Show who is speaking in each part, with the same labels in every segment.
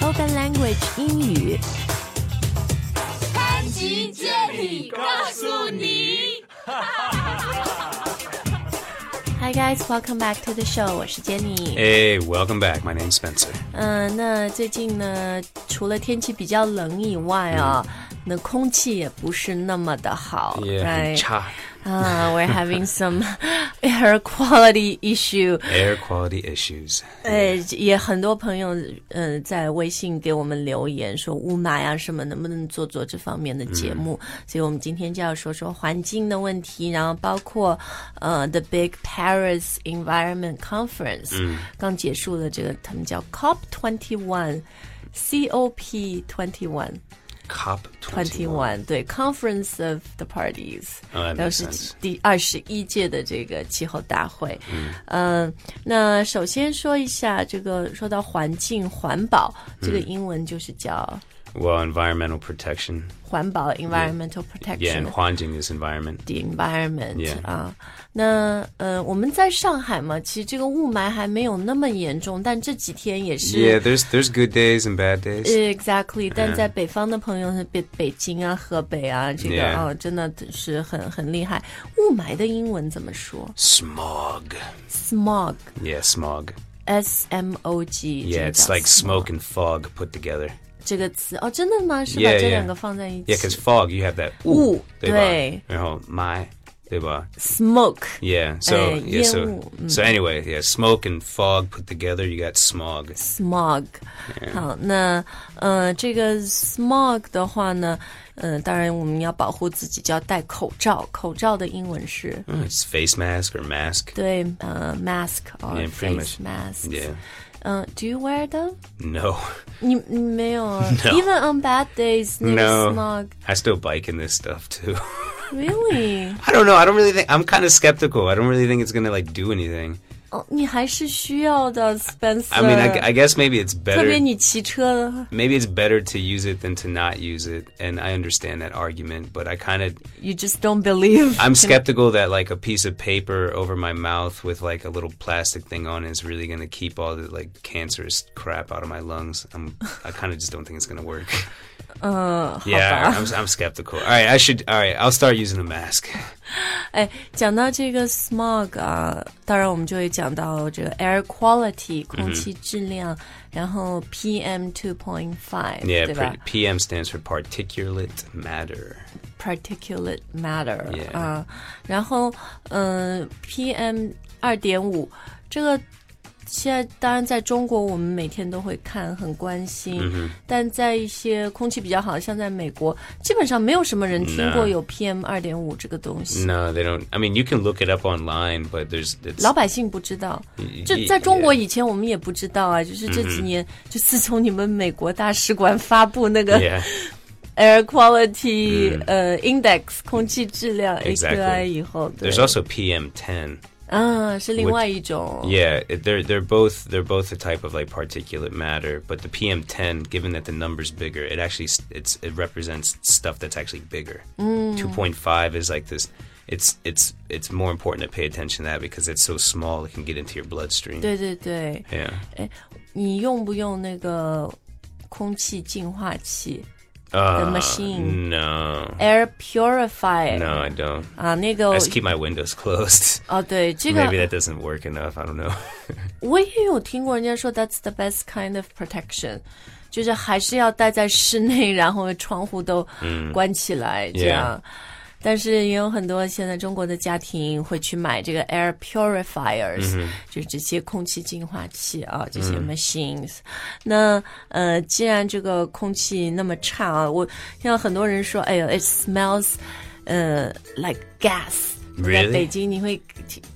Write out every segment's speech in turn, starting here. Speaker 1: Modern Language 英语。
Speaker 2: 潘吉接力告诉你。
Speaker 1: Hi guys, welcome back to the show，我是 Jenny。
Speaker 3: Hey, welcome back. My name's Spencer.
Speaker 1: 嗯、那最近呢，除了天气比较冷以外啊，那空气也不是那么的好
Speaker 3: Yeah,
Speaker 1: ，right？
Speaker 3: cha.
Speaker 1: 啊、w e r e having some air quality issue。
Speaker 3: Air quality issues.
Speaker 1: 呃，也很多朋友嗯、呃在微信给我们留言说雾霾啊什么，能不能做做这方面的节目？所以我们今天就要说说环境的问题，然后包括呃 The Big Paris Environment Conference，、刚结束了这个，他们叫 COP twenty one，COP twenty one。
Speaker 3: Cop
Speaker 1: 21
Speaker 3: 21.
Speaker 1: 对 Conference of the Parties，
Speaker 3: Oh, that
Speaker 1: 都
Speaker 3: makes
Speaker 1: 是
Speaker 3: sense.
Speaker 1: 第二十一届的这个气候大会。嗯、那首先说一下这个，说到环境环保，这个英文就是叫
Speaker 3: Well, environmental protection.
Speaker 1: 环保 （environmental protection）。
Speaker 3: Yeah, and Huanjing is environment.
Speaker 1: the environment
Speaker 3: Yeah.
Speaker 1: 啊，那呃，我们在上海嘛，其实这个雾霾还没有那么严重，但这几天也是
Speaker 3: Yeah, there's there's good days and bad days. 嗯
Speaker 1: Exactly，但在北方的朋友，北北京啊、河北啊，这个
Speaker 3: Yeah.
Speaker 1: 啊、真的是很很厉害。雾霾的英文怎么说
Speaker 3: Smog.
Speaker 1: ？smog，s
Speaker 3: Yeah, smog.
Speaker 1: m o g。
Speaker 3: Yeah,
Speaker 1: 这个
Speaker 3: it's
Speaker 1: 叫
Speaker 3: like smoke and fog put together.
Speaker 1: 这个词哦，真的吗？是把
Speaker 3: Yeah,
Speaker 1: 这
Speaker 3: yeah.
Speaker 1: 两个放在一
Speaker 3: Yeah, because
Speaker 1: 起
Speaker 3: fog, you have Oh, that
Speaker 1: 雾，对。
Speaker 3: 对吧？然后霾，对吧？
Speaker 1: ？smoke，
Speaker 3: Yeah, so
Speaker 1: Eh,
Speaker 3: yeah, so
Speaker 1: 烟雾，嗯。
Speaker 3: so anyway, yeah, smoke and fog put together, you got smog.
Speaker 1: smog。好，那呃，这个 smog 的话呢，呃，当然我们要保护自己，就要戴口罩。口罩的英文是
Speaker 3: Mm, It's face mask or mask.
Speaker 1: 对呃 mask or
Speaker 3: Yeah, pretty
Speaker 1: face
Speaker 3: much.
Speaker 1: mask。
Speaker 3: Yeah.
Speaker 1: 嗯，Do you wear them？
Speaker 3: No.
Speaker 1: 你你没有 啊？Even on bad days，那个
Speaker 3: No.
Speaker 1: smog
Speaker 3: I still bike in this stuff too.
Speaker 1: really？
Speaker 3: I don't know. I don't really think I'm kind of skeptical. I don't really think it's gonna like do anything.
Speaker 1: 哦，你还是需要的，Spencer。
Speaker 3: I mean, I, gu- I guess maybe it's
Speaker 1: 特别
Speaker 3: better.
Speaker 1: 你骑车
Speaker 3: Maybe it's better to use it than to not use it, and I understand that argument. But I kind of
Speaker 1: ，you just don't believe。
Speaker 3: I'm skeptical that like a piece of paper over my mouth with like a little plastic thing on it is really gonna keep all the like cancerous crap out of my lungs. I'm I kind of just don't think it's gonna work.
Speaker 1: 嗯，好
Speaker 3: Yeah,
Speaker 1: 吧。
Speaker 3: I'm, I'm skeptical. All right, I should. All right, I'll start using a mask.
Speaker 1: 哎，讲到这个 smog 啊，当然我们就会讲到这个 air quality
Speaker 3: 嗯
Speaker 1: 空气质量，然后 PM two point five，
Speaker 3: Yeah,
Speaker 1: 对吧
Speaker 3: pr- PM stands for particulate matter.
Speaker 1: ？Particulate matter
Speaker 3: Yeah
Speaker 1: 啊，然后嗯，PM 二点五这个现在当然在中国，我们每天都会看，很关心。
Speaker 3: 嗯
Speaker 1: 但在一些空气比较好，像在美国，基本上没有什么人听过
Speaker 3: No
Speaker 1: 有 PM 二点五这个东西。
Speaker 3: No, they don't. I mean, you can look it up online, but there's it's,
Speaker 1: 老百姓不知道，这
Speaker 3: yeah
Speaker 1: 在中国以前我们也不知道啊，就是这几
Speaker 3: 嗯
Speaker 1: 年，就自从你们美国大使馆发布那个
Speaker 3: yeah, 嗯
Speaker 1: air quality 呃 index 空气质量
Speaker 3: Exactly
Speaker 1: AQI 以后，对
Speaker 3: there's，also PM10.
Speaker 1: 嗯，是另外一种，
Speaker 3: Yeah, it- they're they're both they're both a type of like particulate matter, but the PM10, given that the number's bigger, it actually s- it's it represents stuff that's actually bigger. 2.5 is like this. It's it's it's more important to pay attention to that because it's so small it can get into your bloodstream.
Speaker 1: 对对对，哎
Speaker 3: Yeah.
Speaker 1: 你用不用那个空气净化器
Speaker 3: Uh,
Speaker 1: machine.
Speaker 3: No,
Speaker 1: air purifier？
Speaker 3: no, I don't.
Speaker 1: 啊，那个
Speaker 3: I just keep my windows closed.
Speaker 1: 哦，对，这
Speaker 3: Maybe
Speaker 1: 个
Speaker 3: that doesn't work enough. I don't know.
Speaker 1: 我也有听过人家说 that's the best kind of protection，就是还是要待在室内，然后窗户都关起来、这样。但是也有很多现在中国的家庭会去买这个 air purifiers，、就是这些空气净化器啊，这些 machines。那呃，既然这个空气那么差啊，我听到很多人说，哎呦，it smells，呃，like gas。在
Speaker 3: Really？
Speaker 1: 北京，你会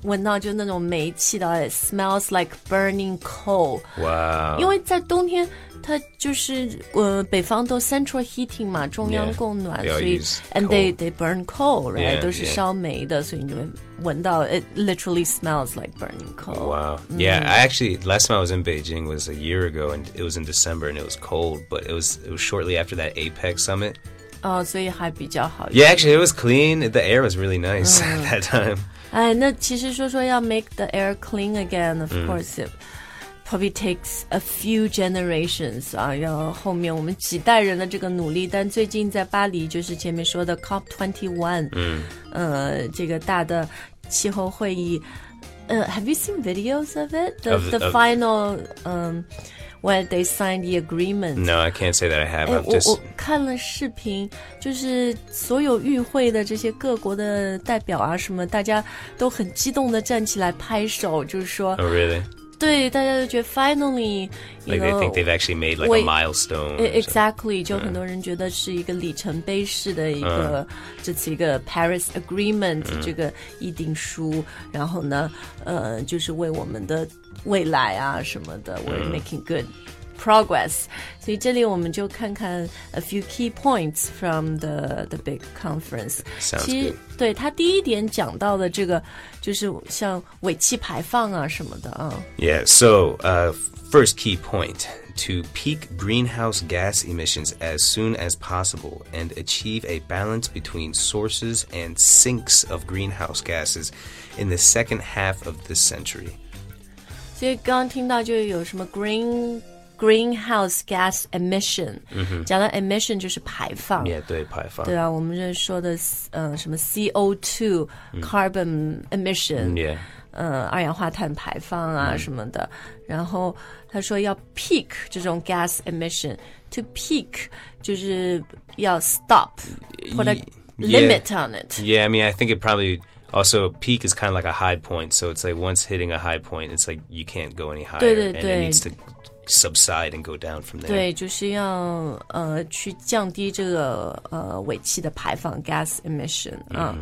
Speaker 1: 闻到就那种煤气的，it smells like burning coal。
Speaker 3: Wow.
Speaker 1: 因为在冬天，它就是呃北方都 central heating 嘛，中央
Speaker 3: Yeah,
Speaker 1: 供暖
Speaker 3: they all
Speaker 1: 所以
Speaker 3: use
Speaker 1: and they
Speaker 3: coal.
Speaker 1: they burn coal，right？、
Speaker 3: Yeah,
Speaker 1: 都是
Speaker 3: yeah.
Speaker 1: 烧煤的，所以你就会闻到 it literally smells like burning coal。
Speaker 3: Wow. Yeah, I actually last time I was in Beijing was a year ago, and it was in December, and it was cold. But it was it was shortly after that Apex summit.
Speaker 1: 哦，所以还比较好一点。
Speaker 3: Yeah, actually, it was clean. The air was really nice that time.
Speaker 1: 哎，那其实说说要 make the air clean again，of course，、 probably takes a few generations 啊，要后面我们几代人的这个努力。但最近在巴黎，就是前面说的 COP twenty one，嗯，呃，这个大的气候会议，呃，Have you seen videos of it? The
Speaker 3: Of-
Speaker 1: the
Speaker 3: of-
Speaker 1: final um when they signed the agreement.
Speaker 3: No, I can't say that I have.
Speaker 1: 哎，
Speaker 3: I've
Speaker 1: 我
Speaker 3: just
Speaker 1: 我看了视频，就是所有与会的这些各国的代表啊，什么，大家都很激动的站起来拍手，就是说，
Speaker 3: oh really?
Speaker 1: 对，大家就觉得 finally，you
Speaker 3: Like they think
Speaker 1: know。
Speaker 3: they've actually made like
Speaker 1: wait,
Speaker 3: a milestone.
Speaker 1: e-
Speaker 3: or something.
Speaker 1: Exactly，就
Speaker 3: 嗯
Speaker 1: 很多人觉得是一个里程碑式的一个，这次一个 Paris Agreement、这
Speaker 3: 嗯
Speaker 1: 个议定书，然后呢，呃，就是为我们的未来啊什么
Speaker 3: 嗯
Speaker 1: 的，we're making good progress。所以这里我们就看看 a few key points from the the big conference。
Speaker 3: Sounds
Speaker 1: 其实
Speaker 3: good.
Speaker 1: 对他第一点讲到的这个，就是像尾气排放啊什么的啊。
Speaker 3: Yeah, so uh, first key point to peak greenhouse gas emissions as soon as possible and achieve a balance between sources and sinks of greenhouse gases in the second half of this century.
Speaker 1: 所以刚刚听到就有什么 green greenhouse gas emission，、讲到 emission 就是排放。
Speaker 3: Yeah,对，排放。
Speaker 1: 对啊，我们这说的，嗯、呃，什么 CO2、carbon emission，、
Speaker 3: Yeah.
Speaker 1: 呃，二氧化碳排放啊什么的。然后他说要 peak 这种 gas emission，to peak 就是要 stop，put a
Speaker 3: Yeah.
Speaker 1: limit on it。
Speaker 3: Yeah, I mean, I think it probably also peak is kind of like a high point. So it's like once hitting a high point, it's like you can't go any higher, and it
Speaker 1: 对，对。
Speaker 3: needs to subside and go down from there.
Speaker 1: 对，就是要呃去降低这个呃尾气的排放 gas emission 啊。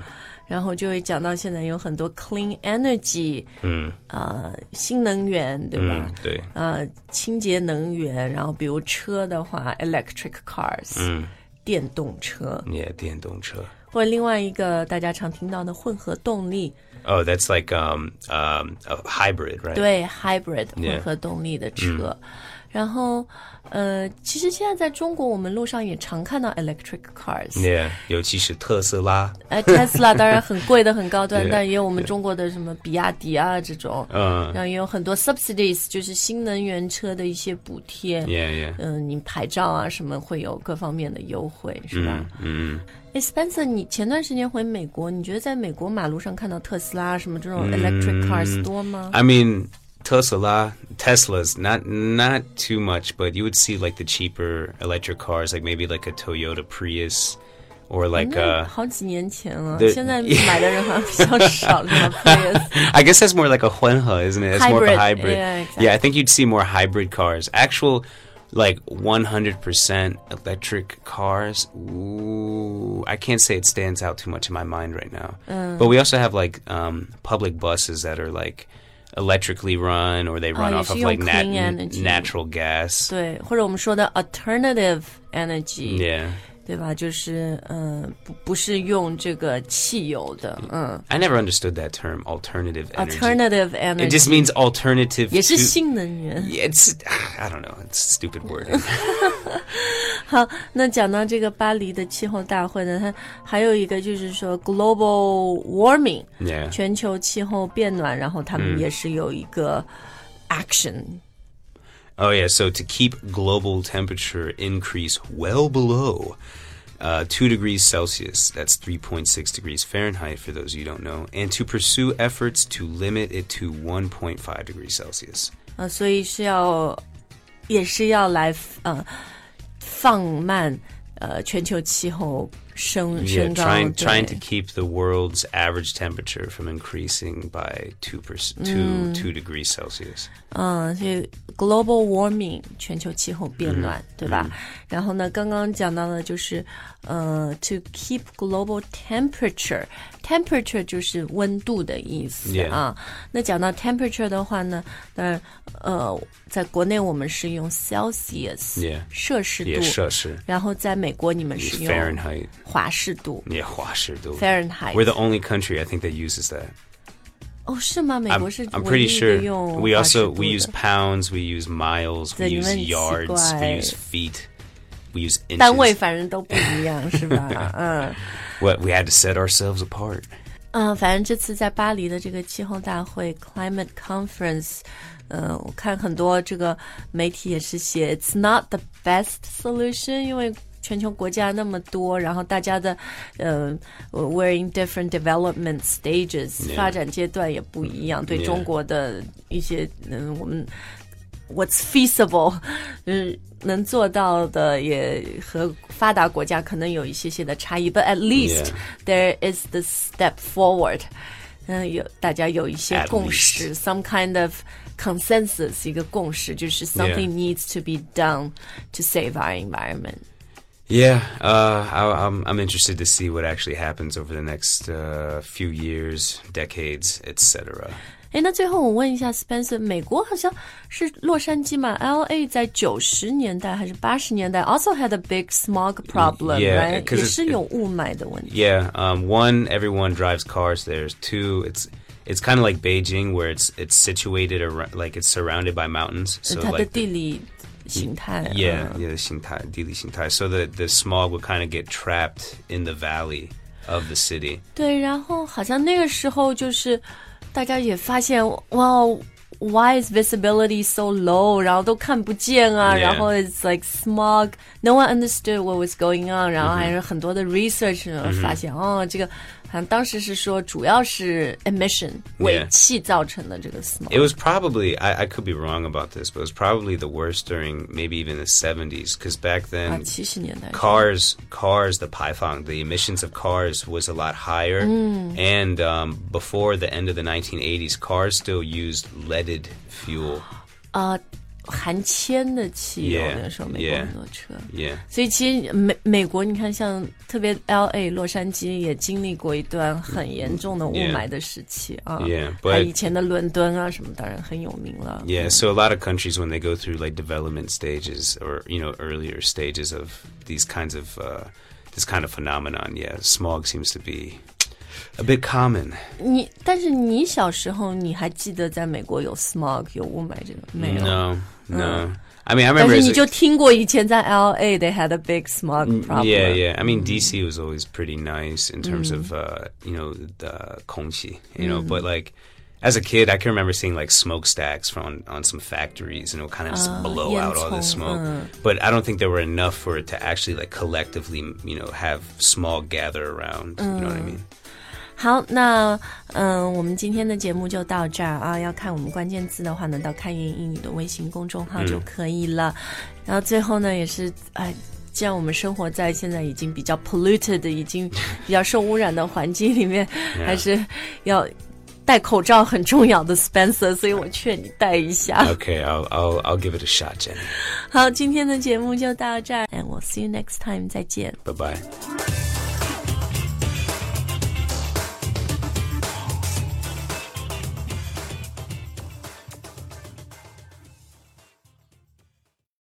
Speaker 1: 然后就会讲到现在有很多 clean energy，嗯，呃，新能源对吧？
Speaker 3: 对。
Speaker 1: 呃，清洁能源，然后比如车的话，electric cars，嗯，电动车，
Speaker 3: Yeah, 电动车。
Speaker 1: 或者另外一个大家常听到的混合动力，
Speaker 3: Oh, that's like um, um, a hybrid, right?
Speaker 1: 对 hybrid 混
Speaker 3: Yeah
Speaker 1: 合动力的车。然后，呃，其实现在在中国，我们路上也常看到 electric cars。
Speaker 3: Yeah, 尤其是特斯拉。，
Speaker 1: 哎，Tesla 当然很贵的、很高端
Speaker 3: 对
Speaker 1: 但也有我们中国的什么比亚迪啊这种，
Speaker 3: 嗯
Speaker 1: 然后也有很多 subsidies，就是新能源车的一些补贴。
Speaker 3: Yeah, yeah.
Speaker 1: 嗯，你牌照啊什么会有各方面的优惠，是吧？嗯。哎，Spencer，你前段时间回美国，你觉得在美国马路上看到特斯拉啊什么这种 electric cars 多吗？
Speaker 3: 嗯 I mean, Tesla, Teslas, not not too much, but you would see like the cheaper electric cars, like maybe like a Toyota Prius, or like
Speaker 1: 那
Speaker 3: uh,
Speaker 1: 好几年前了，
Speaker 3: 对
Speaker 1: 现在买的人 好像比较少了。Prius
Speaker 3: I guess that's more like a Juanjo, isn't it? It's more of a
Speaker 1: Hybrid.
Speaker 3: hybrid.
Speaker 1: Yeah,
Speaker 3: I think you'd see more hybrid cars. Actual, like 100% electric cars. Ooh, I can't say it stands out too much in my mind right now.
Speaker 1: Mm.
Speaker 3: But we also have like um, public buses that are like electrically run or they run
Speaker 1: Oh, you
Speaker 3: off of
Speaker 1: see
Speaker 3: like
Speaker 1: on
Speaker 3: nat-
Speaker 1: clean energy.
Speaker 3: natural gas.
Speaker 1: 对，或者我们说的 alternative energy。
Speaker 3: Yeah.
Speaker 1: 对吧？就是嗯、呃不不是用这个汽油的，嗯
Speaker 3: I never understood that term, alternative energy.
Speaker 1: ，alternative
Speaker 3: It
Speaker 1: energy
Speaker 3: just means alternative
Speaker 1: 也是
Speaker 3: to.
Speaker 1: 新能源。
Speaker 3: It's, I don't know, it's a stupid word.
Speaker 1: 好，那讲到这个巴黎的气候大会呢，它还有一个就是说 global warming，
Speaker 3: yeah. 嗯
Speaker 1: 全球气候变暖，然后他们也是有一个 action。
Speaker 3: Oh yeah, so to keep global temperature increase well below uh, two degrees Celsius, that's 3.6 degrees Fahrenheit for those you don't know, and to pursue efforts to limit it to 1.5 degrees Celsius.
Speaker 1: 啊，所以是要，也是要来呃放慢呃全球气候升
Speaker 3: Yeah,
Speaker 1: 升高，
Speaker 3: trying
Speaker 1: 对
Speaker 3: trying to keep the world's average temperature from increasing by two per, two two degrees Celsius.
Speaker 1: 嗯，所以 global warming 全球气候变暖，对吧？然后呢，刚刚讲到的就是呃，to keep global temperature，temperature 就是温度的意思
Speaker 3: Yeah
Speaker 1: 啊。那讲到 temperature 的话呢，当然呃，在国内我们是用 Celsius
Speaker 3: Yeah
Speaker 1: 摄氏度
Speaker 3: Yeah, 摄氏
Speaker 1: 然后在美国你们是用
Speaker 3: Fahrenheit.
Speaker 1: 华氏度
Speaker 3: Yeah, 华氏度.
Speaker 1: Fahrenheit
Speaker 3: We're the only country I think that uses that.
Speaker 1: 哦，是吗？美
Speaker 3: I'm,
Speaker 1: 国是
Speaker 3: I'm
Speaker 1: 唯
Speaker 3: pretty
Speaker 1: 一的
Speaker 3: sure
Speaker 1: 用
Speaker 3: we
Speaker 1: 华氏度
Speaker 3: also we use
Speaker 1: 的
Speaker 3: pounds, we use miles, we
Speaker 1: 对，你们
Speaker 3: use
Speaker 1: 很奇
Speaker 3: yards, we
Speaker 1: 怪。
Speaker 3: use feet, we use
Speaker 1: 单位
Speaker 3: inches.
Speaker 1: 反正都不一样，是吧？嗯。
Speaker 3: What we had to set ourselves apart.
Speaker 1: 嗯，反正这次在巴黎的这个气候大会 （Climate Conference），嗯，我看很多这个媒体也是写 “It's not the best solution”，因为全球国家那么多，然后大家的，嗯、呃、，we're in different development stages，、
Speaker 3: Yeah.
Speaker 1: 发展阶段也不一样。对
Speaker 3: Yeah.
Speaker 1: 中国的一些，嗯，我们 what's feasible，嗯，能做到的也和发达国家可能有一些些的差异，but at least、there is the step forward。嗯，有大家有一些
Speaker 3: At
Speaker 1: 共识，some kind of consensus，一个共识就是 something needs to be done to save our environment。
Speaker 3: Yeah, uh, I, I'm I'm interested to see what actually happens over the next uh, few years, decades, etc.
Speaker 1: 哎，那最后我问一下 Spencer，美国好像是洛杉矶嘛？L A 在九十年代还是八十年代，also had a big smog
Speaker 3: Yeah,
Speaker 1: problem，right？
Speaker 3: because
Speaker 1: 也
Speaker 3: it's-
Speaker 1: 是有雾霾的问题。
Speaker 3: Yeah, um, one, everyone drives cars there. Two, it's it's kind of like Beijing, where it's it's situated around, like it's surrounded by mountains. So
Speaker 1: 它的
Speaker 3: like
Speaker 1: 地理形态。
Speaker 3: Yeah,
Speaker 1: 嗯
Speaker 3: yeah, Uh, the Shintai, Dili Shintai. So the, the smog would kind of get trapped in the valley of the city.
Speaker 1: 对，然后好像那个时候就是大家也发现，哇，Why 哦 is visibility so low？然后都看不见啊
Speaker 3: Yeah.
Speaker 1: 然后 it's like smog。No one understood what was going on。然后
Speaker 3: 嗯
Speaker 1: 还是很多的 research 发现，哦，这个好像当时是说主要是 emission 尾气造成的这个 smog。
Speaker 3: It was probably, I, I could be wrong about this, but it was probably the worst during maybe even the 70s, because back
Speaker 1: 啊，
Speaker 3: then,
Speaker 1: 七十年代。
Speaker 3: cars, cars, the Paifang, the emissions of cars was a lot higher. And um, before the end of the 1980s, cars still used leaded fuel.
Speaker 1: 啊、含铅的汽油
Speaker 3: Yeah,
Speaker 1: 那时候美国
Speaker 3: yeah.
Speaker 1: 很多车。
Speaker 3: Yeah.
Speaker 1: 所以其实美美国，你看像特别 L A 洛杉矶也经历过一段很严重的雾
Speaker 3: Yeah.
Speaker 1: 霾的时期啊
Speaker 3: Yeah,
Speaker 1: 还
Speaker 3: but-
Speaker 1: 以前的伦敦啊什么，当然很有名了。
Speaker 3: Yeah, so a lot of countries when they go through like development stages or you know earlier stages of these kinds of uh, this kind of phenomenon, yeah, smog seems to be a bit common.
Speaker 1: 你但是你小时候你还记得在美国有 smog 有雾霾这个没有
Speaker 3: No, no. I mean, I
Speaker 1: 但
Speaker 3: remember.
Speaker 1: 是
Speaker 3: as
Speaker 1: 你
Speaker 3: a-
Speaker 1: 就听过以前在 L A they had a big smog problem。
Speaker 3: Mm, yeah, yeah. I mean, DC was always pretty nice in terms of uh, you know the Kongxi, you know, but like. As a kid, I can remember seeing like smokestacks from on some factories, and it would kind of just blow out all this
Speaker 1: Uh，烟囱,
Speaker 3: smoke.
Speaker 1: uh.
Speaker 3: But I don't think there were enough for it to actually like collectively, you know, have smog gather around. You know what I mean?
Speaker 1: 好，那嗯、呃我们今天的节目就到这儿啊。要看我们关键字的话呢，到开言英语的微信公众号就可以了。然后最后呢，也是哎。既然我们生活在现在已经比较 polluted、已经比较受污染的环境里面，还是要戴口罩很重要的，Spencer。所以我劝你戴一下。
Speaker 3: Okay, I'll I'll I'll give it a shot, Jenny.
Speaker 1: 好，今天的节目就到这儿，and we'll see you next time，再见。
Speaker 3: Bye bye.